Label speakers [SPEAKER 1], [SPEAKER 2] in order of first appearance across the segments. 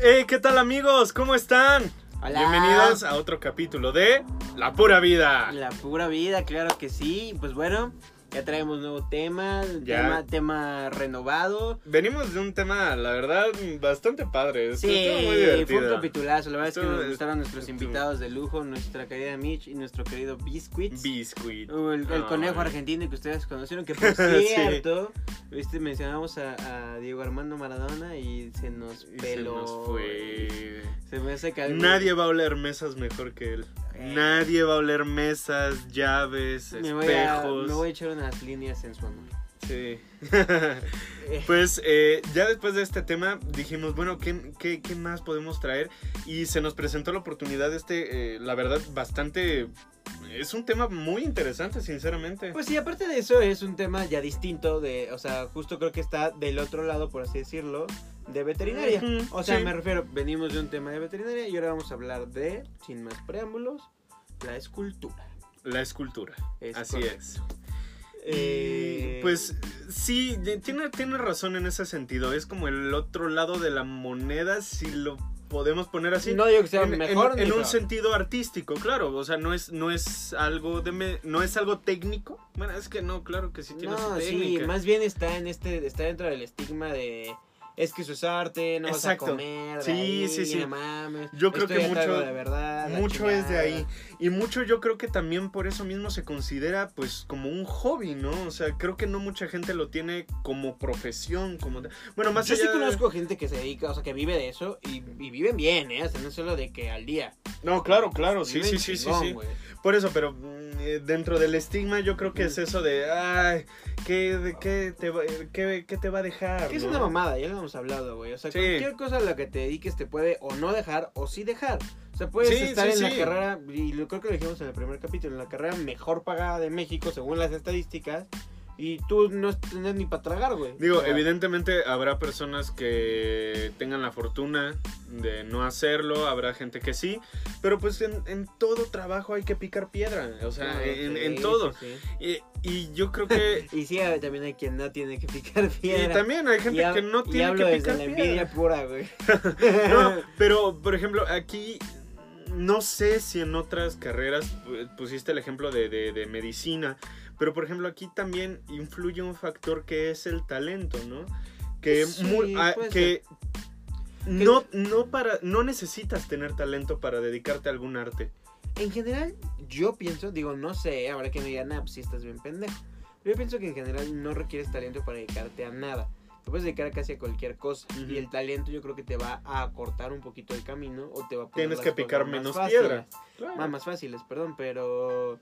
[SPEAKER 1] Hey, ¿qué tal amigos? ¿Cómo están?
[SPEAKER 2] Hola.
[SPEAKER 1] Bienvenidos a otro capítulo de La Pura Vida.
[SPEAKER 2] La pura vida, claro que sí. Pues bueno, ya traemos nuevo tema,
[SPEAKER 1] Ya.
[SPEAKER 2] tema, tema renovado.
[SPEAKER 1] Venimos de un tema, la verdad, bastante padre.
[SPEAKER 2] Sí,
[SPEAKER 1] Estuvo muy
[SPEAKER 2] fue un
[SPEAKER 1] divertido.
[SPEAKER 2] capitulazo. La verdad es que
[SPEAKER 1] Estuvo-
[SPEAKER 2] nos gustaron nuestros
[SPEAKER 1] estuvo-
[SPEAKER 2] invitados de lujo, nuestra querida Mitch y nuestro querido Biscuits.
[SPEAKER 1] Biscuit.
[SPEAKER 2] O el, el
[SPEAKER 1] Ay.
[SPEAKER 2] conejo argentino que ustedes conocieron, que por
[SPEAKER 1] Sí.
[SPEAKER 2] cierto, viste, mencionamos a, a Diego Armando Maradona y se nos
[SPEAKER 1] Y se
[SPEAKER 2] peló.
[SPEAKER 1] nos fue.
[SPEAKER 2] Se me hace que algo-
[SPEAKER 1] Nadie va a oler mesas mejor que él.
[SPEAKER 2] Eh.
[SPEAKER 1] Nadie va a oler mesas, llaves,
[SPEAKER 2] me voy, a,
[SPEAKER 1] espejos.
[SPEAKER 2] me voy a echar unas líneas en su amor.
[SPEAKER 1] Sí.
[SPEAKER 2] Eh,
[SPEAKER 1] Pues eh, ya después de este tema dijimos, bueno, ¿qué, qué, qué más podemos traer? Y se nos presentó la oportunidad, este, eh, la verdad, bastante... Es un tema muy interesante, sinceramente.
[SPEAKER 2] Pues sí, aparte de eso es un tema ya distinto de, o sea, justo creo que está del otro lado, por así decirlo, de veterinaria.
[SPEAKER 1] Ujú,
[SPEAKER 2] O sea,
[SPEAKER 1] sí.
[SPEAKER 2] me refiero, venimos de un tema de veterinaria y ahora vamos a hablar de, sin más preámbulos, la escultura.
[SPEAKER 1] La escultura.
[SPEAKER 2] Es
[SPEAKER 1] Así
[SPEAKER 2] correcto.
[SPEAKER 1] es.
[SPEAKER 2] Eh,
[SPEAKER 1] Y, pues sí, de- tiene, tiene razón en ese sentido. Es como el otro lado de la moneda, si lo podemos poner así.
[SPEAKER 2] no digo que sea
[SPEAKER 1] en, en-
[SPEAKER 2] mejor ni
[SPEAKER 1] en un
[SPEAKER 2] peor.
[SPEAKER 1] sentido artístico, claro. O sea, no es, no es algo de me- no es algo técnico. Bueno, es que no, claro que sí tiene su
[SPEAKER 2] No, sí,
[SPEAKER 1] técnica.
[SPEAKER 2] más bien está en este, está dentro del estigma de es que eso es arte, no
[SPEAKER 1] Exacto.
[SPEAKER 2] vas a comer, de
[SPEAKER 1] Sí,
[SPEAKER 2] ahí,
[SPEAKER 1] sí, sí.
[SPEAKER 2] no mames,
[SPEAKER 1] Yo creo
[SPEAKER 2] esto
[SPEAKER 1] que
[SPEAKER 2] ya es
[SPEAKER 1] mucho-
[SPEAKER 2] algo de verdad, la
[SPEAKER 1] Mucho es de
[SPEAKER 2] chingada.
[SPEAKER 1] ahí. Y mucho yo creo que también por eso mismo se considera pues como un hobby, ¿no? O sea, creo que no mucha gente lo tiene como profesión, como... Bueno, más
[SPEAKER 2] Yo sí
[SPEAKER 1] allá de-
[SPEAKER 2] conozco gente que se dedica, o sea, que vive de eso y, y viven bien, ¿eh? O sea, no es solo de que al día.
[SPEAKER 1] No, claro, claro, sí, sí,
[SPEAKER 2] Viven
[SPEAKER 1] sí, sí,
[SPEAKER 2] chingón,
[SPEAKER 1] sí.
[SPEAKER 2] güey.
[SPEAKER 1] Por eso, pero mm, eh, dentro del estigma yo creo que es eso de, ay, ¿qué, de qué, te, va, eh, qué, qué te va a dejar?
[SPEAKER 2] Que es
[SPEAKER 1] no?
[SPEAKER 2] una mamada, ya lo hemos hablado, güey. O sea,
[SPEAKER 1] Sí.
[SPEAKER 2] cualquier cosa a la que te dediques te puede o no dejar o sí dejar. O sea, puedes
[SPEAKER 1] Sí,
[SPEAKER 2] estar
[SPEAKER 1] sí,
[SPEAKER 2] en la
[SPEAKER 1] sí.
[SPEAKER 2] carrera, y lo creo que lo dijimos en el primer capítulo, en la carrera mejor pagada de México según las estadísticas. Y tú no tenés ni para tragar, güey.
[SPEAKER 1] Digo,
[SPEAKER 2] O sea,
[SPEAKER 1] evidentemente habrá personas que tengan la fortuna de no hacerlo, habrá gente que sí, pero pues en, en todo trabajo hay que picar piedra, o sea,
[SPEAKER 2] claro,
[SPEAKER 1] en,
[SPEAKER 2] Ah, sí,
[SPEAKER 1] en todo.
[SPEAKER 2] sí,
[SPEAKER 1] Y, y yo creo que...
[SPEAKER 2] sí. Y sí, a- también hay quien no tiene que picar piedra.
[SPEAKER 1] Y también hay gente
[SPEAKER 2] Y hab-
[SPEAKER 1] que no
[SPEAKER 2] y
[SPEAKER 1] tiene
[SPEAKER 2] hablo
[SPEAKER 1] que
[SPEAKER 2] desde
[SPEAKER 1] picar
[SPEAKER 2] la
[SPEAKER 1] piedra.
[SPEAKER 2] envidia pura, güey.
[SPEAKER 1] No, pero por ejemplo, aquí no sé si en otras carreras pu- pusiste el ejemplo de, de- de medicina, pero por ejemplo aquí también influye un factor que es el talento, ¿no? Que,
[SPEAKER 2] Sí,
[SPEAKER 1] mu- ah,
[SPEAKER 2] puede
[SPEAKER 1] que no, no, para, no necesitas tener talento para dedicarte a algún arte.
[SPEAKER 2] En general, yo pienso, digo, no sé, habrá que me digan, ah, pues sí estás bien pendejo. Pero yo pienso que en general no requieres talento para dedicarte a nada. Te puedes dedicar casi a cualquier cosa.
[SPEAKER 1] Ujú.
[SPEAKER 2] Y el talento yo creo que te va a acortar un poquito el camino o te va a poner
[SPEAKER 1] Tienes
[SPEAKER 2] las
[SPEAKER 1] que
[SPEAKER 2] cosas
[SPEAKER 1] picar
[SPEAKER 2] más
[SPEAKER 1] menos
[SPEAKER 2] fáciles.
[SPEAKER 1] piedra.
[SPEAKER 2] Más, Ah, más fáciles, perdón, pero...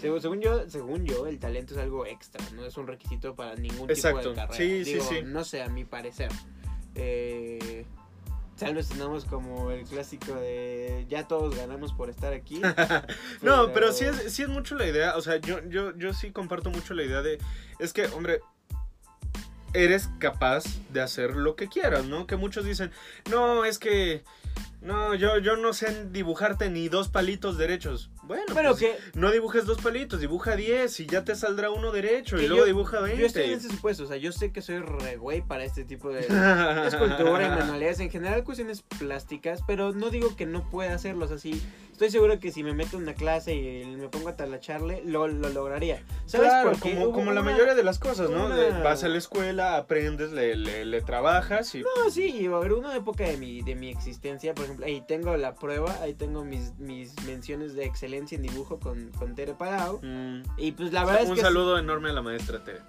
[SPEAKER 2] Según, según yo, según yo, el talento es algo extra, no es un requisito para ningún tipo
[SPEAKER 1] Exacto.
[SPEAKER 2] de carrera.
[SPEAKER 1] Sí, sí,
[SPEAKER 2] Digo,
[SPEAKER 1] sí.
[SPEAKER 2] No sé, a mi parecer. Eh, tal vez tengamos como el clásico de ya todos ganamos por estar aquí.
[SPEAKER 1] No, pero sí es, sí es mucho la idea. O sea, yo, yo, yo sí comparto mucho la idea de. Es que, hombre. Eres capaz de hacer lo que quieras, ¿no? Que muchos dicen, no, es que. No, yo, yo no sé dibujarte ni dos palitos derechos. Bueno,
[SPEAKER 2] Pero
[SPEAKER 1] pues,
[SPEAKER 2] que
[SPEAKER 1] no dibujes dos palitos, dibuja diez y ya te saldrá uno derecho
[SPEAKER 2] Que
[SPEAKER 1] y luego
[SPEAKER 2] yo-
[SPEAKER 1] dibuja Pues, veinte.
[SPEAKER 2] yo estoy en ese supuesto, o sea, yo sé que soy re güey para este tipo de escultura y manualidades, en general cuestiones plásticas, pero no digo que no pueda hacerlo, o sea, sí, estoy seguro que si me meto en una clase y me pongo a talacharle, lo, lo lograría. ¿Sabes
[SPEAKER 1] Claro,
[SPEAKER 2] por qué?
[SPEAKER 1] como,
[SPEAKER 2] Hubo
[SPEAKER 1] como la
[SPEAKER 2] una-
[SPEAKER 1] mayoría de las cosas, ¿no?
[SPEAKER 2] una-
[SPEAKER 1] De- vas a la escuela, aprendes, le, le- le trabajas y
[SPEAKER 2] No, sí, iba a haber una época de mi, de mi existencia, por ejemplo, ahí tengo la prueba, ahí tengo mis, mis menciones de excelencia en dibujo con, con Tere Parao,
[SPEAKER 1] Mm.
[SPEAKER 2] y pues la verdad es
[SPEAKER 1] un
[SPEAKER 2] que...
[SPEAKER 1] saludo enorme a la maestra Tere.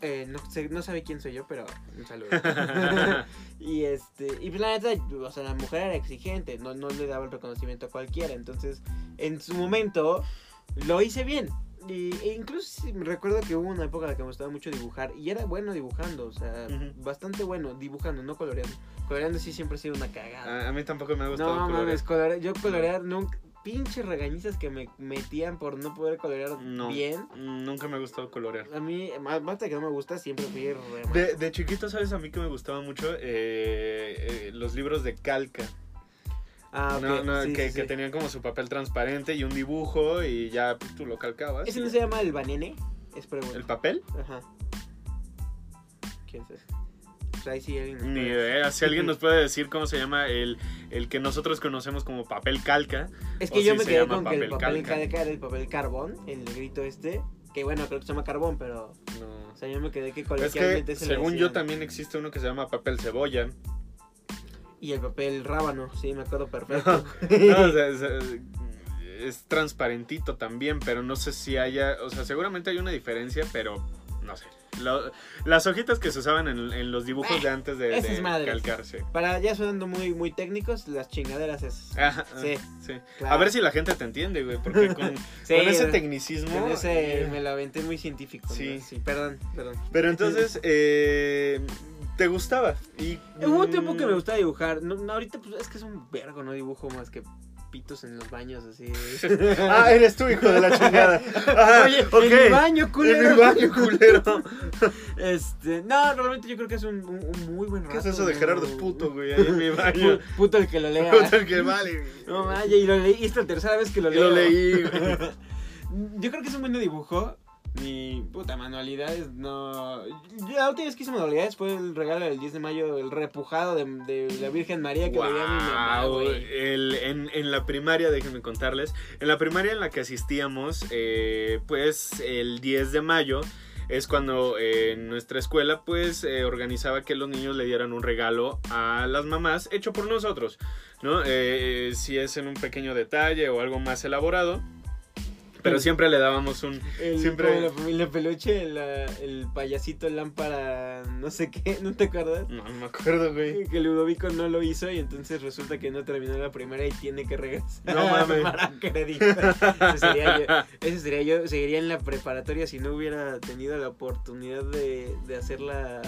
[SPEAKER 2] eh, no, sé- no sabe quién soy yo, pero un saludo. Y este, y pues la neta, o sea, la mujer era exigente, no, no le daba el reconocimiento a cualquiera. Entonces, en su momento, lo hice bien. Y, e incluso sí, me recuerdo que hubo una época en la que me gustaba mucho dibujar y era bueno dibujando, o sea,
[SPEAKER 1] Ujú.
[SPEAKER 2] bastante bueno dibujando, no coloreando. Coloreando sí siempre ha sido una cagada.
[SPEAKER 1] a, a mí tampoco Ah, me ha gustado
[SPEAKER 2] Ah. no
[SPEAKER 1] colorear.
[SPEAKER 2] mames, colorear, yo colorear nunca, pinches regañizas que me metían por no poder colorear
[SPEAKER 1] No,
[SPEAKER 2] bien.
[SPEAKER 1] mm, Nunca me ha gustado colorear.
[SPEAKER 2] A mí, más más de que no me gusta, siempre fui re mal.
[SPEAKER 1] De, de chiquito, ¿sabes? A mí que me gustaba mucho eh, eh, los libros de calca.
[SPEAKER 2] Ah, ok,
[SPEAKER 1] No, no,
[SPEAKER 2] sí,
[SPEAKER 1] que,
[SPEAKER 2] sí,
[SPEAKER 1] que
[SPEAKER 2] sí.
[SPEAKER 1] tenían como su papel transparente y un dibujo y ya pues, tú lo calcabas.
[SPEAKER 2] ¿Ese
[SPEAKER 1] y
[SPEAKER 2] no
[SPEAKER 1] ya.
[SPEAKER 2] se llama el banene? Es pregunta.
[SPEAKER 1] ¿El papel?
[SPEAKER 2] Ajá. ¿Qué es eso? pues ahí sí alguien nos
[SPEAKER 1] Ni
[SPEAKER 2] puede-
[SPEAKER 1] idea. Si alguien nos puede decir cómo se llama el, el que nosotros conocemos como papel calca.
[SPEAKER 2] Es
[SPEAKER 1] o
[SPEAKER 2] que yo
[SPEAKER 1] si
[SPEAKER 2] me
[SPEAKER 1] se
[SPEAKER 2] quedé
[SPEAKER 1] llama
[SPEAKER 2] con que el
[SPEAKER 1] papel
[SPEAKER 2] papel calca era el papel carbón, el negrito este, que bueno, creo que se llama carbón, pero
[SPEAKER 1] No.
[SPEAKER 2] o sea, yo me quedé que
[SPEAKER 1] Es
[SPEAKER 2] coloquialmente
[SPEAKER 1] que,
[SPEAKER 2] se le
[SPEAKER 1] según yo,
[SPEAKER 2] decían.
[SPEAKER 1] también existe uno que se llama papel cebolla.
[SPEAKER 2] y el papel rábano, sí, me acuerdo perfecto.
[SPEAKER 1] No, o sea, es, es- es transparentito también, pero no sé si haya, o sea, seguramente hay una diferencia, pero no sé. Lo- las hojitas que se usaban en, en los dibujos de antes de,
[SPEAKER 2] Eh, Esas
[SPEAKER 1] de
[SPEAKER 2] madres.
[SPEAKER 1] calcarse.
[SPEAKER 2] Para ya sonando muy muy técnicos, las chingaderas es
[SPEAKER 1] Ajá,
[SPEAKER 2] Sí,
[SPEAKER 1] sí.
[SPEAKER 2] claro.
[SPEAKER 1] A ver si la gente te entiende, güey, porque con,
[SPEAKER 2] Sí,
[SPEAKER 1] con ese
[SPEAKER 2] eh,
[SPEAKER 1] tecnicismo...
[SPEAKER 2] con ese
[SPEAKER 1] eh,
[SPEAKER 2] me la aventé muy científico. ¿no?
[SPEAKER 1] Sí.
[SPEAKER 2] Sí, perdón, perdón.
[SPEAKER 1] Pero entonces, eh, ¿te gustaba? Y,
[SPEAKER 2] Hubo un tiempo que me
[SPEAKER 1] mm,
[SPEAKER 2] gustaba dibujar. No, no, ahorita pues, es que es un vergo, no dibujo más que pitos en los baños así.
[SPEAKER 1] Ah, eres tú, hijo de la chingada. Ajá,
[SPEAKER 2] Oye,
[SPEAKER 1] ok.
[SPEAKER 2] en mi baño, culero.
[SPEAKER 1] En mi baño, culero.
[SPEAKER 2] Este, no, realmente yo creo que es un, un- un muy buen rato.
[SPEAKER 1] ¿Qué es eso de
[SPEAKER 2] ¿no?
[SPEAKER 1] Gerardo puto, güey? Ahí en mi baño.
[SPEAKER 2] Pu- Puto el que lo lea.
[SPEAKER 1] Puta que vale.
[SPEAKER 2] No manches, y lo leí, y esta es la tercera vez que lo
[SPEAKER 1] Y
[SPEAKER 2] leo.
[SPEAKER 1] lo leí, güey.
[SPEAKER 2] Yo creo que es un buen dibujo. Mi puta manualidades no. Yo, la última vez que hice manualidades fue el regalo del 10 de mayo, el repujado de, de la Virgen María que le di a mi mamá,
[SPEAKER 1] Guau,
[SPEAKER 2] güey.
[SPEAKER 1] el- en, en la primaria, déjenme contarles, en la primaria en la que asistíamos, eh, pues el 10 de mayo es cuando eh, en nuestra escuela pues eh, organizaba que los niños le dieran un regalo a las mamás hecho por nosotros, ¿no? Eh, eh, si es en un pequeño detalle o algo más elaborado, pero
[SPEAKER 2] Sí.
[SPEAKER 1] siempre le dábamos un...
[SPEAKER 2] El,
[SPEAKER 1] siempre-
[SPEAKER 2] como la familia peluche, la- el payasito lámpara, no sé qué, ¿no te acuerdas?
[SPEAKER 1] No, no me acuerdo, güey.
[SPEAKER 2] Que Ludovico no lo hizo y entonces resulta que no terminó la primera y tiene que regresar.
[SPEAKER 1] No mames.
[SPEAKER 2] Para acreditar. Ese sería yo. Ese sería yo. Seguiría en la preparatoria si no hubiera tenido la oportunidad de, de hacer la,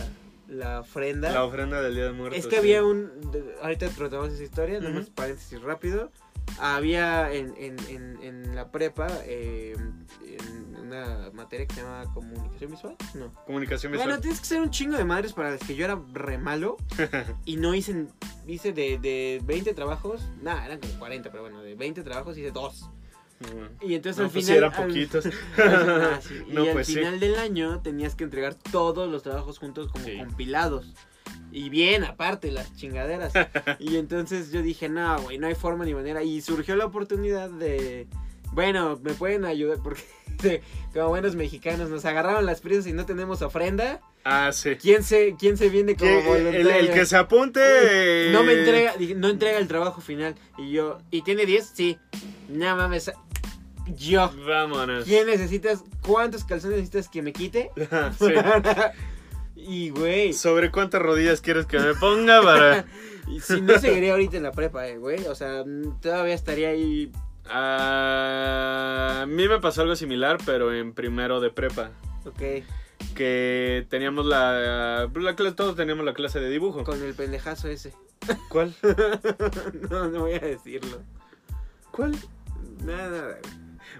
[SPEAKER 2] la ofrenda.
[SPEAKER 1] La ofrenda del Día de Muertos.
[SPEAKER 2] es que
[SPEAKER 1] sí.
[SPEAKER 2] había un. de- Ahorita tratamos esa historia, nomás
[SPEAKER 1] Ujú.
[SPEAKER 2] paréntesis rápido. Había en, en- en- en la prepa eh, en una materia que se llama comunicación visual. No.
[SPEAKER 1] Comunicación visual.
[SPEAKER 2] Bueno, tienes que ser un chingo de madres para las que yo era re malo y no hice, hice de, de 20 trabajos, nada, eran como 40, pero bueno, de 20 trabajos hice dos.
[SPEAKER 1] Bueno.
[SPEAKER 2] Y entonces
[SPEAKER 1] No,
[SPEAKER 2] al
[SPEAKER 1] pues sí,
[SPEAKER 2] final...
[SPEAKER 1] eran
[SPEAKER 2] al-
[SPEAKER 1] poquitos.
[SPEAKER 2] Ah, sí.
[SPEAKER 1] No,
[SPEAKER 2] y al
[SPEAKER 1] pues sí.
[SPEAKER 2] final del año tenías que entregar todos los trabajos juntos como
[SPEAKER 1] Sí.
[SPEAKER 2] compilados. Y bien, aparte, las chingaderas. y entonces yo dije, no, güey, no hay forma ni manera. Y surgió la oportunidad de, bueno, me pueden ayudar porque como buenos mexicanos nos agarraron las prisas y no tenemos ofrenda.
[SPEAKER 1] Ah, sí.
[SPEAKER 2] ¿Quién se, quién se viene como
[SPEAKER 1] Que- eh, el,
[SPEAKER 2] voluntario?
[SPEAKER 1] el que se apunte.
[SPEAKER 2] No me
[SPEAKER 1] eh,
[SPEAKER 2] entrega, dije, no entrega el trabajo final. Y yo, ¿y tiene 10? Sí. No mames. Yo.
[SPEAKER 1] Vámonos.
[SPEAKER 2] ¿Quién necesitas? ¿Cuántos calzones necesitas que me quite?
[SPEAKER 1] Sí.
[SPEAKER 2] y güey.
[SPEAKER 1] ¿Sobre cuántas rodillas quieres que me ponga para.?
[SPEAKER 2] y Si no seguiría ahorita en la prepa, eh, güey. O sea, mm, todavía estaría ahí.
[SPEAKER 1] Ah, a mí me pasó algo similar, pero en primero de prepa.
[SPEAKER 2] Ok.
[SPEAKER 1] Que teníamos la. la cla- todos teníamos la clase de dibujo.
[SPEAKER 2] Con el pendejazo ese.
[SPEAKER 1] ¿Cuál?
[SPEAKER 2] no, no voy a decirlo.
[SPEAKER 1] ¿Cuál?
[SPEAKER 2] Nada, nada.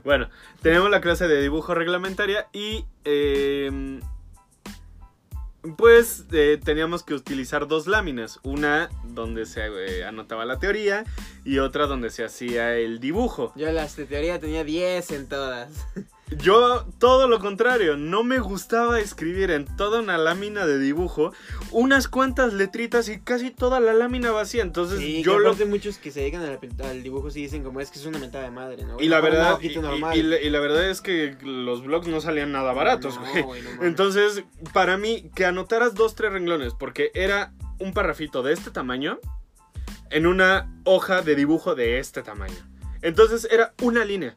[SPEAKER 1] Bueno, tenemos la clase de dibujo reglamentaria y eh, pues eh, teníamos que utilizar dos láminas, una donde se eh, anotaba la teoría y otra donde se hacía el dibujo.
[SPEAKER 2] Yo las de teoría tenía 10 en todas.
[SPEAKER 1] Yo todo lo contrario, no me gustaba escribir en toda una lámina de dibujo unas cuantas letritas y casi toda la lámina vacía, entonces
[SPEAKER 2] Sí,
[SPEAKER 1] yo
[SPEAKER 2] yo
[SPEAKER 1] lo
[SPEAKER 2] de muchos que se dedican a la pin- al dibujo sí dicen como es que es una mentada de madre, ¿no?
[SPEAKER 1] y la
[SPEAKER 2] Para una
[SPEAKER 1] verdad y,
[SPEAKER 2] hojita normal.
[SPEAKER 1] y- y la- y la verdad es que los blogs no salían nada baratos,
[SPEAKER 2] No,
[SPEAKER 1] güey.
[SPEAKER 2] güey, no mames.
[SPEAKER 1] Entonces, para mí, que anotaras dos, tres renglones, porque era un parrafito de este tamaño en una hoja de dibujo de este tamaño. Entonces, era una línea.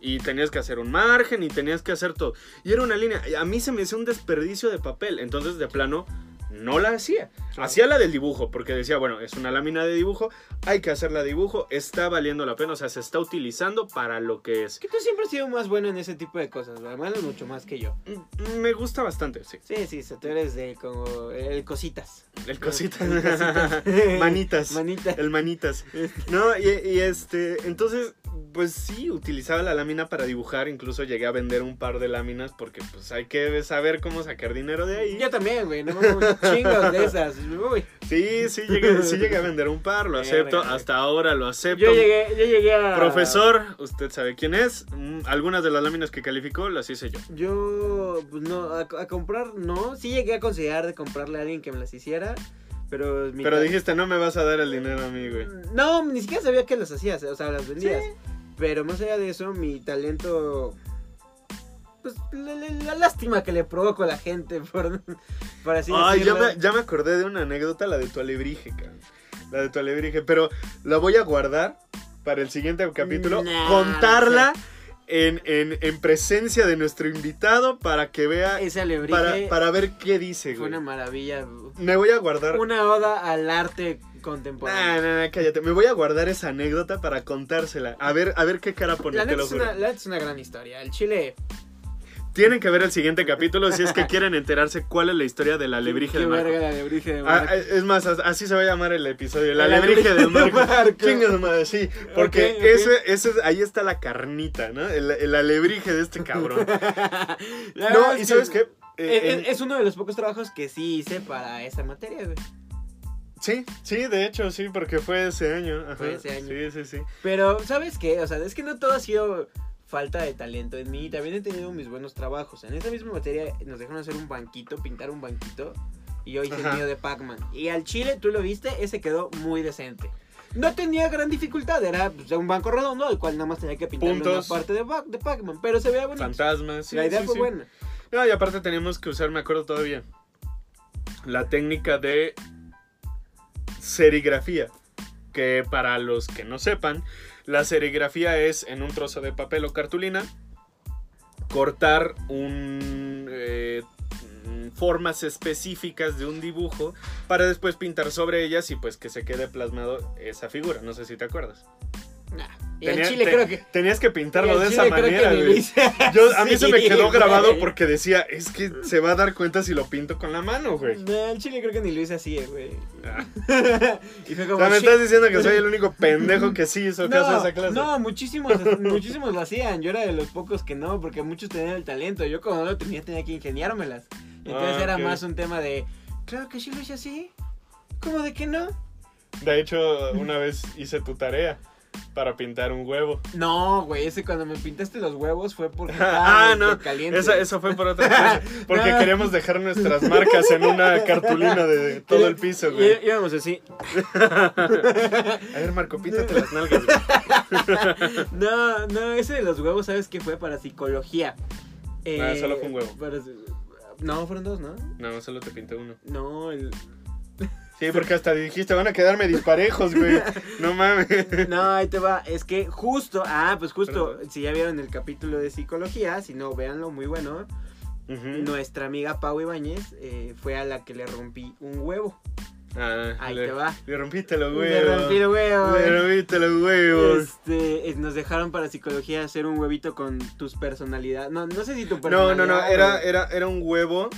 [SPEAKER 1] Y tenías que hacer un margen y tenías que hacer todo. Y era una línea. A mí se me hacía un desperdicio de papel. Entonces, de plano, no la hacía. Hacía la del dibujo, porque decía, bueno, es una lámina de dibujo, hay que hacerla de dibujo, está valiendo la pena, o sea, se está utilizando para lo que es.
[SPEAKER 2] Es que tú siempre has sido más bueno en ese tipo de cosas, además es mucho más que yo.
[SPEAKER 1] Mm, Me gusta bastante, sí.
[SPEAKER 2] Sí, sí, o sea, tú eres de como el cositas.
[SPEAKER 1] El cosita.
[SPEAKER 2] El cositas.
[SPEAKER 1] Manitas.
[SPEAKER 2] Manita.
[SPEAKER 1] El manitas. No, y, y este, entonces, pues sí, utilizaba la lámina para dibujar, incluso llegué a vender un par de láminas porque pues hay que saber cómo sacar dinero de ahí.
[SPEAKER 2] Yo también, güey. No, mames. chingos de esas. Uy.
[SPEAKER 1] Sí, sí llegué, sí llegué a vender un par, lo
[SPEAKER 2] Verga,
[SPEAKER 1] acepto.
[SPEAKER 2] güey.
[SPEAKER 1] Hasta ahora lo acepto.
[SPEAKER 2] Yo llegué, yo llegué a.
[SPEAKER 1] Profesor, usted sabe quién es. Mm, Algunas de las láminas que calificó las hice yo.
[SPEAKER 2] Yo, pues no, a, a comprar no. Sí llegué a considerar de comprarle a alguien que me las hiciera, pero... mi
[SPEAKER 1] Pero
[SPEAKER 2] ca-
[SPEAKER 1] dijiste, no me vas a dar el dinero a mí, güey.
[SPEAKER 2] No, ni siquiera sabía que las hacías, eh, o sea, las vendías.
[SPEAKER 1] Sí.
[SPEAKER 2] Pero más allá de eso, mi talento... Pues la, la- la lástima que le provoco a la gente, por, por así
[SPEAKER 1] Ay, ya
[SPEAKER 2] decirlo.
[SPEAKER 1] me, ya me acordé de una anécdota, la de tu alebrije, cabrón. La de tu alebrije, pero la voy a guardar para el siguiente capítulo.
[SPEAKER 2] Nah,
[SPEAKER 1] contarla en, en- en presencia de nuestro invitado para que vea,
[SPEAKER 2] Ese alebrije
[SPEAKER 1] para, para ver qué dice, güey.
[SPEAKER 2] fue una maravilla.
[SPEAKER 1] Me voy a guardar.
[SPEAKER 2] Una oda al arte
[SPEAKER 1] Nah,
[SPEAKER 2] contemporáneo.
[SPEAKER 1] nah, nah, cállate. Me voy a guardar esa anécdota para contársela. A ver, a ver qué cara pone,
[SPEAKER 2] la
[SPEAKER 1] te
[SPEAKER 2] neta
[SPEAKER 1] lo
[SPEAKER 2] es
[SPEAKER 1] juro.
[SPEAKER 2] una, la neta es una gran historia. El chile...
[SPEAKER 1] Tienen que ver el siguiente capítulo si es que quieren enterarse cuál es la historia del alebrije
[SPEAKER 2] Qué
[SPEAKER 1] de Marco.
[SPEAKER 2] verga el alebrije de
[SPEAKER 1] Ah,
[SPEAKER 2] Marco.
[SPEAKER 1] es más, as- así se va a llamar el episodio, el
[SPEAKER 2] El
[SPEAKER 1] alebrije
[SPEAKER 2] alebrije
[SPEAKER 1] del
[SPEAKER 2] de
[SPEAKER 1] Marco.
[SPEAKER 2] Marco.
[SPEAKER 1] Chinga su madre, sí, porque
[SPEAKER 2] Ok, ok.
[SPEAKER 1] Ese, ese, es- ahí está la carnita, ¿no? El, el alebrije de este cabrón.
[SPEAKER 2] La verdad
[SPEAKER 1] eh, no,
[SPEAKER 2] es
[SPEAKER 1] y
[SPEAKER 2] que
[SPEAKER 1] ¿sabes qué?
[SPEAKER 2] Es,
[SPEAKER 1] Eh, en-
[SPEAKER 2] es uno de los pocos trabajos que sí hice para esa materia, güey.
[SPEAKER 1] sí, sí, de hecho, sí, porque fue ese año. ajá.
[SPEAKER 2] Fue ese año.
[SPEAKER 1] Sí, sí, sí.
[SPEAKER 2] Pero, ¿sabes qué? O sea, es que no todo ha sido falta de talento en mí. También he tenido mis buenos trabajos. En esa misma materia nos dejaron hacer un banquito, pintar un banquito. Y yo hice
[SPEAKER 1] Ajá.
[SPEAKER 2] el mío de Pac-Man. Y al chile, tú lo viste, ese quedó muy decente. No tenía gran dificultad, era pues, un banco redondo al cual nada más tenía que pintar una
[SPEAKER 1] Puntos.
[SPEAKER 2] parte de, Pac- de Pac-Man. Pero se veía bonito.
[SPEAKER 1] Fantasmas. sí,
[SPEAKER 2] La idea
[SPEAKER 1] sí,
[SPEAKER 2] fue
[SPEAKER 1] sí.
[SPEAKER 2] buena.
[SPEAKER 1] No, Ah, y aparte teníamos que usar, me acuerdo todavía, la técnica de serigrafía. Que para los que no sepan, la serigrafía es en un trozo de papel o cartulina cortar un, eh, mm, formas específicas de un dibujo para después pintar sobre ellas y pues que se quede plasmado esa figura. No sé si te acuerdas.
[SPEAKER 2] Nah. Y
[SPEAKER 1] Tenía-
[SPEAKER 2] al chile
[SPEAKER 1] te-
[SPEAKER 2] creo que...
[SPEAKER 1] Tenías que pintarlo
[SPEAKER 2] y al
[SPEAKER 1] de
[SPEAKER 2] chile
[SPEAKER 1] esa
[SPEAKER 2] creo que
[SPEAKER 1] manera.
[SPEAKER 2] ni lo
[SPEAKER 1] güey.
[SPEAKER 2] hice.
[SPEAKER 1] Yo, a mí se me
[SPEAKER 2] Sí,
[SPEAKER 1] quedó
[SPEAKER 2] güey.
[SPEAKER 1] grabado porque decía, es que se va a dar cuenta si lo pinto con la mano, güey.
[SPEAKER 2] No, al chile creo que ni lo hice así, eh, güey.
[SPEAKER 1] Ah.
[SPEAKER 2] y fue
[SPEAKER 1] O
[SPEAKER 2] como.
[SPEAKER 1] sea, me
[SPEAKER 2] "Shit".
[SPEAKER 1] estás diciendo que soy el único pendejo que sí hizo caso a
[SPEAKER 2] no,
[SPEAKER 1] esa clase.
[SPEAKER 2] no, muchísimos, muchísimos lo hacían. Yo era de los pocos que no, porque muchos tenían el talento. Yo, como no lo tenía, tenía que ingeniármelas. Entonces
[SPEAKER 1] Ah,
[SPEAKER 2] era
[SPEAKER 1] ok.
[SPEAKER 2] más un tema de, claro que sí lo hice así. ¿Cómo de que no?
[SPEAKER 1] De hecho, una vez hice tu tarea para pintar un huevo.
[SPEAKER 2] No, güey, ese cuando me pintaste los huevos fue porque.
[SPEAKER 1] Ah,
[SPEAKER 2] estaba
[SPEAKER 1] no.
[SPEAKER 2] caliente.
[SPEAKER 1] Esa, eso fue por otra cosa. Porque
[SPEAKER 2] No.
[SPEAKER 1] queríamos dejar nuestras marcas en una cartulina de todo el piso, güey.
[SPEAKER 2] Y- Íbamos así.
[SPEAKER 1] A ver, Marco, píntate las nalgas, güey.
[SPEAKER 2] No, no, ese de los huevos, ¿sabes qué fue? Para psicología. Eh,
[SPEAKER 1] Ah, solo fue un huevo.
[SPEAKER 2] para- No, fueron dos, ¿no?
[SPEAKER 1] No, solo te pinté uno.
[SPEAKER 2] No, el...
[SPEAKER 1] Sí, porque hasta dijiste, van a quedarme disparejos, güey. No mames.
[SPEAKER 2] no, ahí te va. Es que justo, ah, pues justo,
[SPEAKER 1] Perdón.
[SPEAKER 2] si ya vieron el capítulo de psicología, si no, véanlo, muy bueno.
[SPEAKER 1] Ujú.
[SPEAKER 2] Nuestra amiga Pau Ibáñez eh, fue a la que le rompí un huevo.
[SPEAKER 1] Ah,
[SPEAKER 2] Ahí
[SPEAKER 1] le-
[SPEAKER 2] te va.
[SPEAKER 1] Le rompiste los
[SPEAKER 2] Le rompí el
[SPEAKER 1] huevos.
[SPEAKER 2] huevo.
[SPEAKER 1] Le rompiste los huevos.
[SPEAKER 2] Este, eh, nos dejaron para psicología hacer un huevito con tus personalidades. No, no sé si tu
[SPEAKER 1] No,
[SPEAKER 2] personalidad.
[SPEAKER 1] no, no, era,
[SPEAKER 2] o-
[SPEAKER 1] era, era un huevo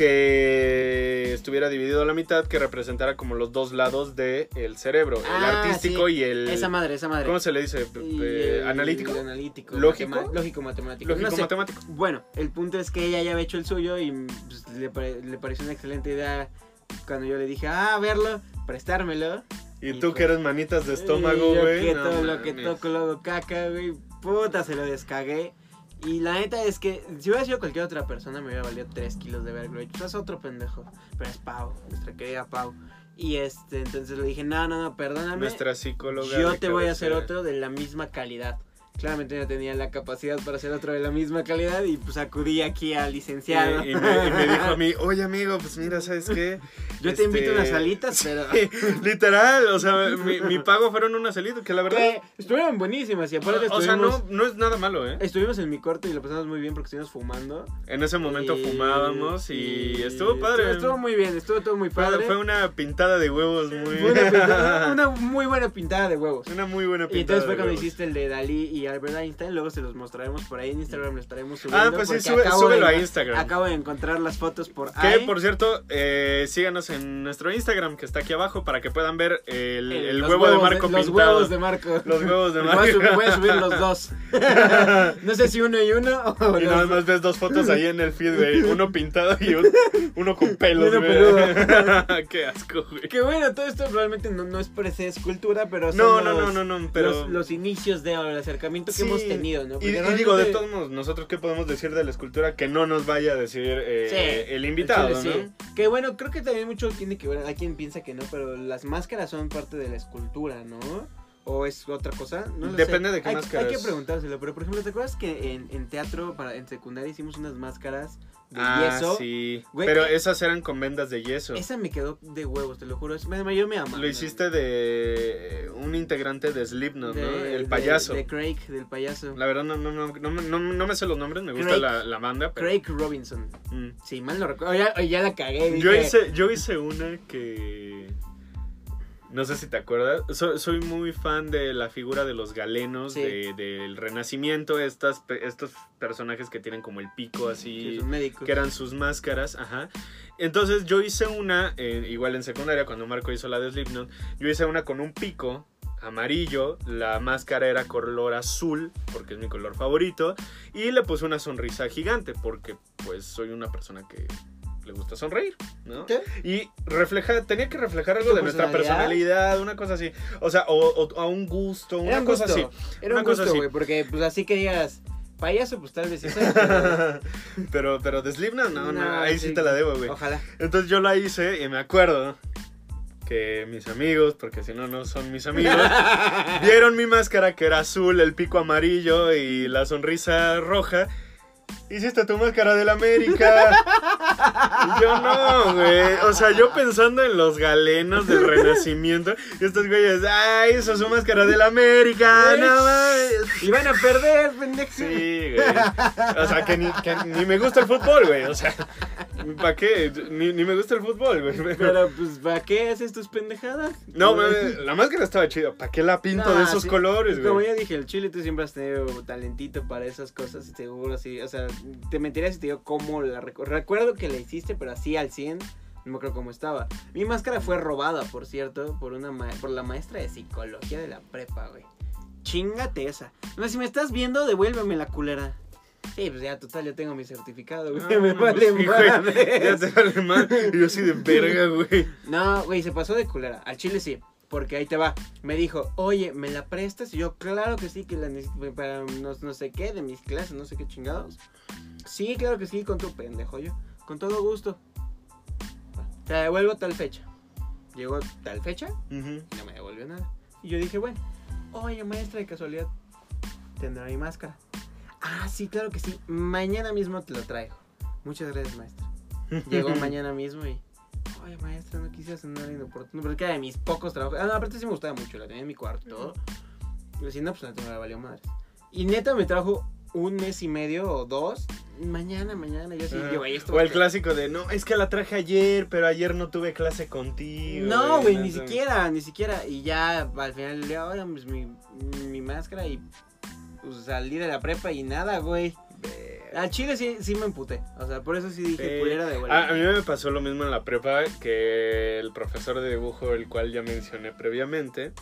[SPEAKER 1] que estuviera dividido a la mitad, que representara como los dos lados del cerebro, el
[SPEAKER 2] Ah,
[SPEAKER 1] artístico
[SPEAKER 2] sí,
[SPEAKER 1] y el...
[SPEAKER 2] Esa madre, esa madre.
[SPEAKER 1] ¿Cómo se le dice?
[SPEAKER 2] Y
[SPEAKER 1] Eh,
[SPEAKER 2] el
[SPEAKER 1] ¿Analítico?
[SPEAKER 2] analítico,
[SPEAKER 1] ¿Lógico?
[SPEAKER 2] matema- lógico matemático.
[SPEAKER 1] Lógico,
[SPEAKER 2] no sé.
[SPEAKER 1] matemático.
[SPEAKER 2] Bueno, el punto es que ella ya había hecho el suyo y pues, le, pare- le pareció una excelente idea cuando yo le dije, ah, verlo, prestármelo.
[SPEAKER 1] Y
[SPEAKER 2] Y
[SPEAKER 1] tú
[SPEAKER 2] fue-
[SPEAKER 1] que eres manitas de estómago,
[SPEAKER 2] Y yo
[SPEAKER 1] güey.
[SPEAKER 2] que
[SPEAKER 1] no
[SPEAKER 2] todo lo que
[SPEAKER 1] mames.
[SPEAKER 2] toco, lo hago caca, güey. Puta, se lo descagué. Y la neta es que si hubiera sido cualquier otra persona me hubiera valido 3 kilos de verlo hecho. Es otro pendejo. Pero es Pau, nuestra querida Pau. Y este, entonces le dije, no, no, no, perdóname.
[SPEAKER 1] Nuestra psicóloga.
[SPEAKER 2] Yo
[SPEAKER 1] de
[SPEAKER 2] te voy a hacer
[SPEAKER 1] cabecera.
[SPEAKER 2] otro de la misma calidad. Claramente no tenía la capacidad para hacer otro de la misma calidad y pues acudí aquí al
[SPEAKER 1] Y,
[SPEAKER 2] licenciado.
[SPEAKER 1] Eh, y me, y me dijo a mí, oye amigo, pues mira, ¿sabes qué? Este,
[SPEAKER 2] Yo te invito unas alitas, pero...
[SPEAKER 1] Literal, o sea, mi, mi pago fueron unas alitas, que la verdad...
[SPEAKER 2] Güey, estuvieron buenísimas y aparte
[SPEAKER 1] O
[SPEAKER 2] estuvimos,
[SPEAKER 1] sea, no, no es nada malo, ¿eh?
[SPEAKER 2] estuvimos en mi corte y lo pasamos muy bien porque estuvimos fumando.
[SPEAKER 1] En ese momento
[SPEAKER 2] Y-
[SPEAKER 1] fumábamos y, estuvo padre.
[SPEAKER 2] Estuvo, estuvo muy bien, estuvo todo muy
[SPEAKER 1] Fue-
[SPEAKER 2] padre.
[SPEAKER 1] Fue una pintada de huevos muy...
[SPEAKER 2] Fue una pintada- una muy buena pintada de huevos.
[SPEAKER 1] Una muy buena pintada.
[SPEAKER 2] Y entonces fue
[SPEAKER 1] de
[SPEAKER 2] cuando
[SPEAKER 1] huevos.
[SPEAKER 2] hiciste el de Dalí y Albert Einstein, luego se los mostraremos por ahí en Instagram, lo estaremos subiendo.
[SPEAKER 1] Ah, pues sí,
[SPEAKER 2] porque
[SPEAKER 1] sube-
[SPEAKER 2] acabo
[SPEAKER 1] súbelo
[SPEAKER 2] de-
[SPEAKER 1] a Instagram.
[SPEAKER 2] Acabo de encontrar las fotos por
[SPEAKER 1] Que
[SPEAKER 2] ahí.
[SPEAKER 1] por cierto, eh, síganos en nuestro Instagram que está aquí abajo para que puedan ver el,
[SPEAKER 2] Eh,
[SPEAKER 1] el
[SPEAKER 2] los
[SPEAKER 1] huevo de
[SPEAKER 2] huevos
[SPEAKER 1] Marco
[SPEAKER 2] Los
[SPEAKER 1] pintado.
[SPEAKER 2] huevos de Marco.
[SPEAKER 1] Los huevos de
[SPEAKER 2] Voy a
[SPEAKER 1] Marco.
[SPEAKER 2] sub- Voy a subir los dos. no sé si uno y uno o
[SPEAKER 1] Y
[SPEAKER 2] los
[SPEAKER 1] nada
[SPEAKER 2] dos.
[SPEAKER 1] más ves dos fotos ahí en el feed, güey. Uno pintado y un- uno con pelos,
[SPEAKER 2] Uno
[SPEAKER 1] güey.
[SPEAKER 2] peludo.
[SPEAKER 1] Qué asco, güey.
[SPEAKER 2] Que bueno, todo esto realmente no, no es per se escultura, pero son
[SPEAKER 1] No, no,
[SPEAKER 2] los-
[SPEAKER 1] no, no, no, pero...
[SPEAKER 2] los, los inicios de el acercamiento que
[SPEAKER 1] Sí,
[SPEAKER 2] hemos tenido,
[SPEAKER 1] Y,
[SPEAKER 2] ¿no? Porque
[SPEAKER 1] y
[SPEAKER 2] realmente-
[SPEAKER 1] digo, de todos modos, nosotros qué podemos decir de la escultura que no nos vaya a decir eh,
[SPEAKER 2] Sí,
[SPEAKER 1] el invitado,
[SPEAKER 2] Al chile,
[SPEAKER 1] ¿no?
[SPEAKER 2] sí. Que bueno, creo que también mucho tiene que ver, hay quien piensa que no, pero las máscaras son parte de la escultura, ¿no? ¿O es otra cosa? No lo sé.
[SPEAKER 1] Depende de qué
[SPEAKER 2] Hay-
[SPEAKER 1] máscaras.
[SPEAKER 2] Hay que preguntárselo, pero por ejemplo, ¿te acuerdas que en, en teatro, para, en secundaria, hicimos unas máscaras de
[SPEAKER 1] Ah,
[SPEAKER 2] yeso?
[SPEAKER 1] sí.
[SPEAKER 2] Güey,
[SPEAKER 1] Pero
[SPEAKER 2] eh,
[SPEAKER 1] esas eran con vendas de yeso.
[SPEAKER 2] Esa me quedó de huevos, te lo juro. es- me- me- yo me amo.
[SPEAKER 1] Lo hiciste de un integrante de Slipknot,
[SPEAKER 2] De-
[SPEAKER 1] ¿no? El
[SPEAKER 2] de-
[SPEAKER 1] payaso.
[SPEAKER 2] De, Craig, del payaso.
[SPEAKER 1] La verdad no, no, no, no, me- no, no me sé los nombres, me gusta
[SPEAKER 2] Craig-
[SPEAKER 1] la, la banda, pero...
[SPEAKER 2] Craig Robinson.
[SPEAKER 1] Mm.
[SPEAKER 2] Sí, mal no recuerdo. Ya, ya la cagué.
[SPEAKER 1] Yo
[SPEAKER 2] dije,
[SPEAKER 1] hice, yo hice una que... No sé si te acuerdas. So- soy muy fan de la figura de los galenos,
[SPEAKER 2] Sí.
[SPEAKER 1] de- del Renacimiento, estas, pe- estos personajes que tienen como el pico
[SPEAKER 2] que
[SPEAKER 1] así...
[SPEAKER 2] es un médico.
[SPEAKER 1] que eran sus máscaras, ajá. Entonces yo hice una, eh, igual en secundaria, cuando Marco hizo la de Slipknot, yo hice una con un pico amarillo, la máscara era color azul, porque es mi color favorito, y le puse una sonrisa gigante, porque pues soy una persona que le gusta sonreír, ¿no?
[SPEAKER 2] ¿Qué?
[SPEAKER 1] Y refleja, tenía que reflejar algo
[SPEAKER 2] ¿Tu
[SPEAKER 1] de nuestra
[SPEAKER 2] personalidad?
[SPEAKER 1] personalidad, una cosa así, o sea, o, o- a un gusto, una
[SPEAKER 2] Era un
[SPEAKER 1] cosa
[SPEAKER 2] gusto, Era
[SPEAKER 1] una
[SPEAKER 2] un
[SPEAKER 1] cosa
[SPEAKER 2] gusto,
[SPEAKER 1] así.
[SPEAKER 2] güey, porque pues así que digas, payaso, pues tal vez sí soy, pero
[SPEAKER 1] así. pero, pero de Slipknot, no, no,
[SPEAKER 2] No,
[SPEAKER 1] ahí sí
[SPEAKER 2] sí.
[SPEAKER 1] te la debo, güey.
[SPEAKER 2] Ojalá.
[SPEAKER 1] Entonces yo la hice y me acuerdo que mis amigos, porque si no, no son mis amigos, vieron mi máscara que era azul, el pico amarillo y la sonrisa roja. Hiciste tu máscara del América. Y yo no, güey. O sea, yo pensando en los galenos del Renacimiento. Y estos güeyes, ¡ay, hizo su máscara del América!
[SPEAKER 2] Güey.
[SPEAKER 1] Ah, ¡No mames".
[SPEAKER 2] Y van a perder, pendejo.
[SPEAKER 1] Sí, güey. O sea, que ni, que ni me gusta el fútbol, güey. O sea, ¿para qué? Ni, ni me gusta el fútbol, güey.
[SPEAKER 2] Pero pues, ¿para qué haces tus pendejadas?
[SPEAKER 1] No,
[SPEAKER 2] Güey.
[SPEAKER 1] mames, la máscara estaba chida. ¿Para qué la pinto
[SPEAKER 2] Nah,
[SPEAKER 1] de esos
[SPEAKER 2] Ah, sí.
[SPEAKER 1] colores,
[SPEAKER 2] Y Como
[SPEAKER 1] güey?
[SPEAKER 2] ya dije, el chile tú siempre has tenido talentito para esas cosas, y seguro sí. O sea, te mentiría si te digo cómo la recu- recuerdo. que la hiciste, pero así al 100, no me acuerdo cómo estaba. Mi máscara fue robada, por cierto, por una ma- por la maestra de psicología de la prepa, güey. Chingate esa. No, si me estás viendo, devuélveme la culera. Sí, pues ya, total, yo tengo mi certificado, güey.
[SPEAKER 1] No,
[SPEAKER 2] me
[SPEAKER 1] mames,
[SPEAKER 2] vale
[SPEAKER 1] Ah, pues sí, güey. Ya
[SPEAKER 2] madres.
[SPEAKER 1] te vale mal. Y yo así de verga, güey.
[SPEAKER 2] No, güey, se pasó de culera. Al chile sí. Porque ahí te va. Me dijo, oye, ¿me la prestas? Y yo, claro que sí, que la necesito para no, no sé qué, de mis clases, no sé qué chingados. Sí, claro que sí, con tu pendejo yo. Con todo gusto. Te la devuelvo tal fecha. Llegó tal fecha
[SPEAKER 1] Ujú.
[SPEAKER 2] y no me devolvió nada. Y yo dije, bueno, oye, maestra, de casualidad, tendrá mi máscara. Ah, sí, claro que sí. Mañana mismo te lo traigo. Muchas gracias, maestra. Llegó mañana mismo y. Oye, maestra, no quise sonar inoportuno. Pero es que era de mis pocos trabajos. Ah, no, aparte sí me gustaba mucho. La tenía en mi cuarto. Y si no, pues la tengo, la valió madre. Y neta me trajo un mes y medio o dos. Mañana, mañana. Yo sí,
[SPEAKER 1] Ajá.
[SPEAKER 2] yo, güey,
[SPEAKER 1] Ah,
[SPEAKER 2] esto.
[SPEAKER 1] O
[SPEAKER 2] va a
[SPEAKER 1] el
[SPEAKER 2] ser-
[SPEAKER 1] clásico de, no, es que la traje ayer, pero ayer no tuve clase contigo.
[SPEAKER 2] No, güey, ni
[SPEAKER 1] sé.
[SPEAKER 2] siquiera, ni siquiera. Y ya al final le digo, ahora pues mi, mi máscara y pues, salí de la prepa y nada, güey.
[SPEAKER 1] Verga.
[SPEAKER 2] Al chile sí, sí me emputé. O sea, por eso sí dije
[SPEAKER 1] Sí. Ah,
[SPEAKER 2] culera de vuelta.
[SPEAKER 1] A, a mí me pasó lo mismo en la prepa que el profesor de dibujo, el cual ya mencioné previamente.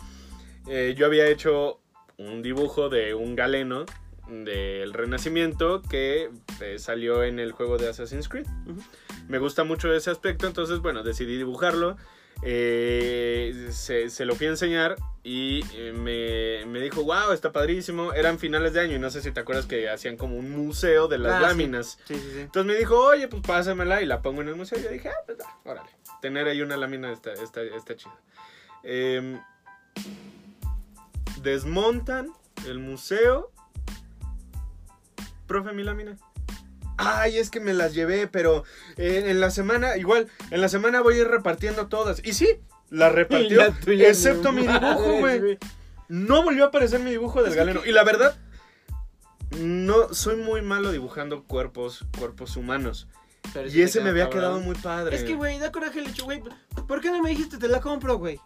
[SPEAKER 1] Eh, yo había hecho un dibujo de un galeno del Renacimiento que eh, salió en el juego de Assassin's Creed.
[SPEAKER 2] Ujú.
[SPEAKER 1] Me gusta mucho ese aspecto, entonces bueno, decidí dibujarlo. Eh, se, se lo fui a enseñar y eh, me, me dijo, wow, está padrísimo. Eran finales de año y no sé si te acuerdas que hacían como un museo de las
[SPEAKER 2] Ah, sí.
[SPEAKER 1] láminas.
[SPEAKER 2] Sí, sí, sí.
[SPEAKER 1] Entonces me dijo, oye, pues pásamela y la pongo en el museo. Yo dije, ah, pues va, órale. Tener ahí una lámina está, está, está chido. Em, desmontan el museo. Profe, mi lámina. Ay, es que me las llevé, pero eh, en la semana, igual, en la semana voy a ir repartiendo todas. Y sí, las
[SPEAKER 2] Y
[SPEAKER 1] repartió,
[SPEAKER 2] la tuya,
[SPEAKER 1] excepto mi dibujo,
[SPEAKER 2] madre,
[SPEAKER 1] güey. No volvió a aparecer mi dibujo del galeno. Y la verdad, no, soy muy malo dibujando cuerpos, cuerpos humanos.
[SPEAKER 2] Pero sí
[SPEAKER 1] Y ese
[SPEAKER 2] quedó
[SPEAKER 1] me había
[SPEAKER 2] cabrón.
[SPEAKER 1] quedado muy padre.
[SPEAKER 2] Es que, güey, da coraje el hecho, güey. ¿Por qué no me dijiste te la compro, güey?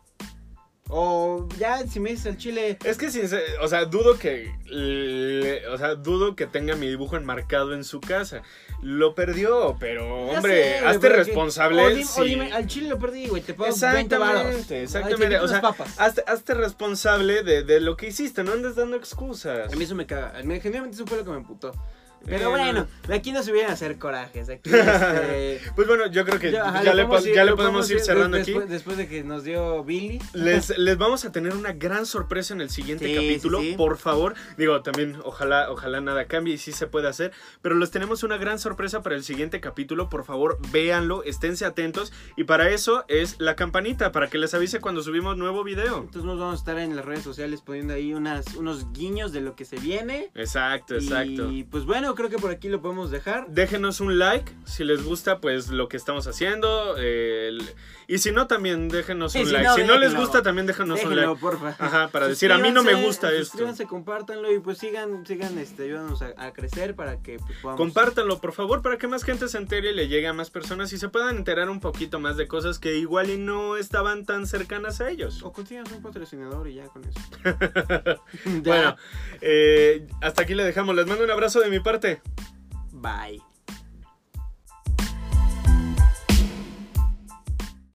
[SPEAKER 2] O ya, si me dices el chile,
[SPEAKER 1] Es que, sincer- o sea, dudo que. le- o sea, dudo que tenga mi dibujo enmarcado en su casa. Lo perdió, pero,
[SPEAKER 2] Ya
[SPEAKER 1] hombre,
[SPEAKER 2] sé, güey,
[SPEAKER 1] hazte
[SPEAKER 2] porque-
[SPEAKER 1] responsable.
[SPEAKER 2] o dime-
[SPEAKER 1] si-
[SPEAKER 2] o dime, al chile lo perdí, güey, te pago 20 varos. Ay,
[SPEAKER 1] Exactamente,
[SPEAKER 2] te
[SPEAKER 1] exactamente.
[SPEAKER 2] invito
[SPEAKER 1] O sea, ah,
[SPEAKER 2] unas papas.
[SPEAKER 1] hazte, hazte responsable de, de lo que hiciste, no andes dando excusas.
[SPEAKER 2] A mí eso me caga. Me- Genuinamente eso fue lo que me emputó. Pero
[SPEAKER 1] Eh,
[SPEAKER 2] bueno, de aquí no se vienen a hacer corajes. Aquí, este,
[SPEAKER 1] Pues bueno, yo creo que
[SPEAKER 2] ya,
[SPEAKER 1] ya,
[SPEAKER 2] ajá,
[SPEAKER 1] le,
[SPEAKER 2] podemos
[SPEAKER 1] po-
[SPEAKER 2] ir-
[SPEAKER 1] ya le
[SPEAKER 2] lo
[SPEAKER 1] podemos ir
[SPEAKER 2] de-
[SPEAKER 1] cerrando aquí.
[SPEAKER 2] después, Después de que nos dio Billy.
[SPEAKER 1] Les, les vamos a tener una gran sorpresa en el siguiente
[SPEAKER 2] Sí,
[SPEAKER 1] capítulo,
[SPEAKER 2] sí, sí.
[SPEAKER 1] por favor. Digo, también ojalá, ojalá nada cambie y sí se puede hacer. Pero les tenemos una gran sorpresa para el siguiente capítulo. Por favor, véanlo, esténse atentos. Y para eso es la campanita, para que les avise cuando subimos nuevo video.
[SPEAKER 2] Entonces nos vamos a estar en las redes sociales poniendo ahí unas, unos guiños de lo que se viene.
[SPEAKER 1] Exacto, exacto.
[SPEAKER 2] Y pues bueno, creo que por aquí lo podemos dejar.
[SPEAKER 1] Déjenos un like si les gusta pues lo que estamos haciendo. eh, el- Y si no, también déjenos
[SPEAKER 2] Y
[SPEAKER 1] un
[SPEAKER 2] si
[SPEAKER 1] like.
[SPEAKER 2] no,
[SPEAKER 1] si no les
[SPEAKER 2] déjenlo.
[SPEAKER 1] gusta, también déjenos un
[SPEAKER 2] Déjenlo,
[SPEAKER 1] like.
[SPEAKER 2] porfa.
[SPEAKER 1] Ajá, para decir, a mí no me
[SPEAKER 2] Suscríbanse,
[SPEAKER 1] gusta esto.
[SPEAKER 2] Suscríbanse, compártanlo y pues sigan, sigan este, ayúdanos a, a crecer para que pues, podamos.
[SPEAKER 1] Compártanlo, por favor, para que más gente se entere y le llegue a más personas y se puedan enterar un poquito más de cosas que igual y no estaban tan cercanas a ellos.
[SPEAKER 2] O consigas un patrocinador y ya con eso. Ya.
[SPEAKER 1] Bueno, eh, hasta aquí le dejamos. Les mando un abrazo de mi parte.
[SPEAKER 2] Bye.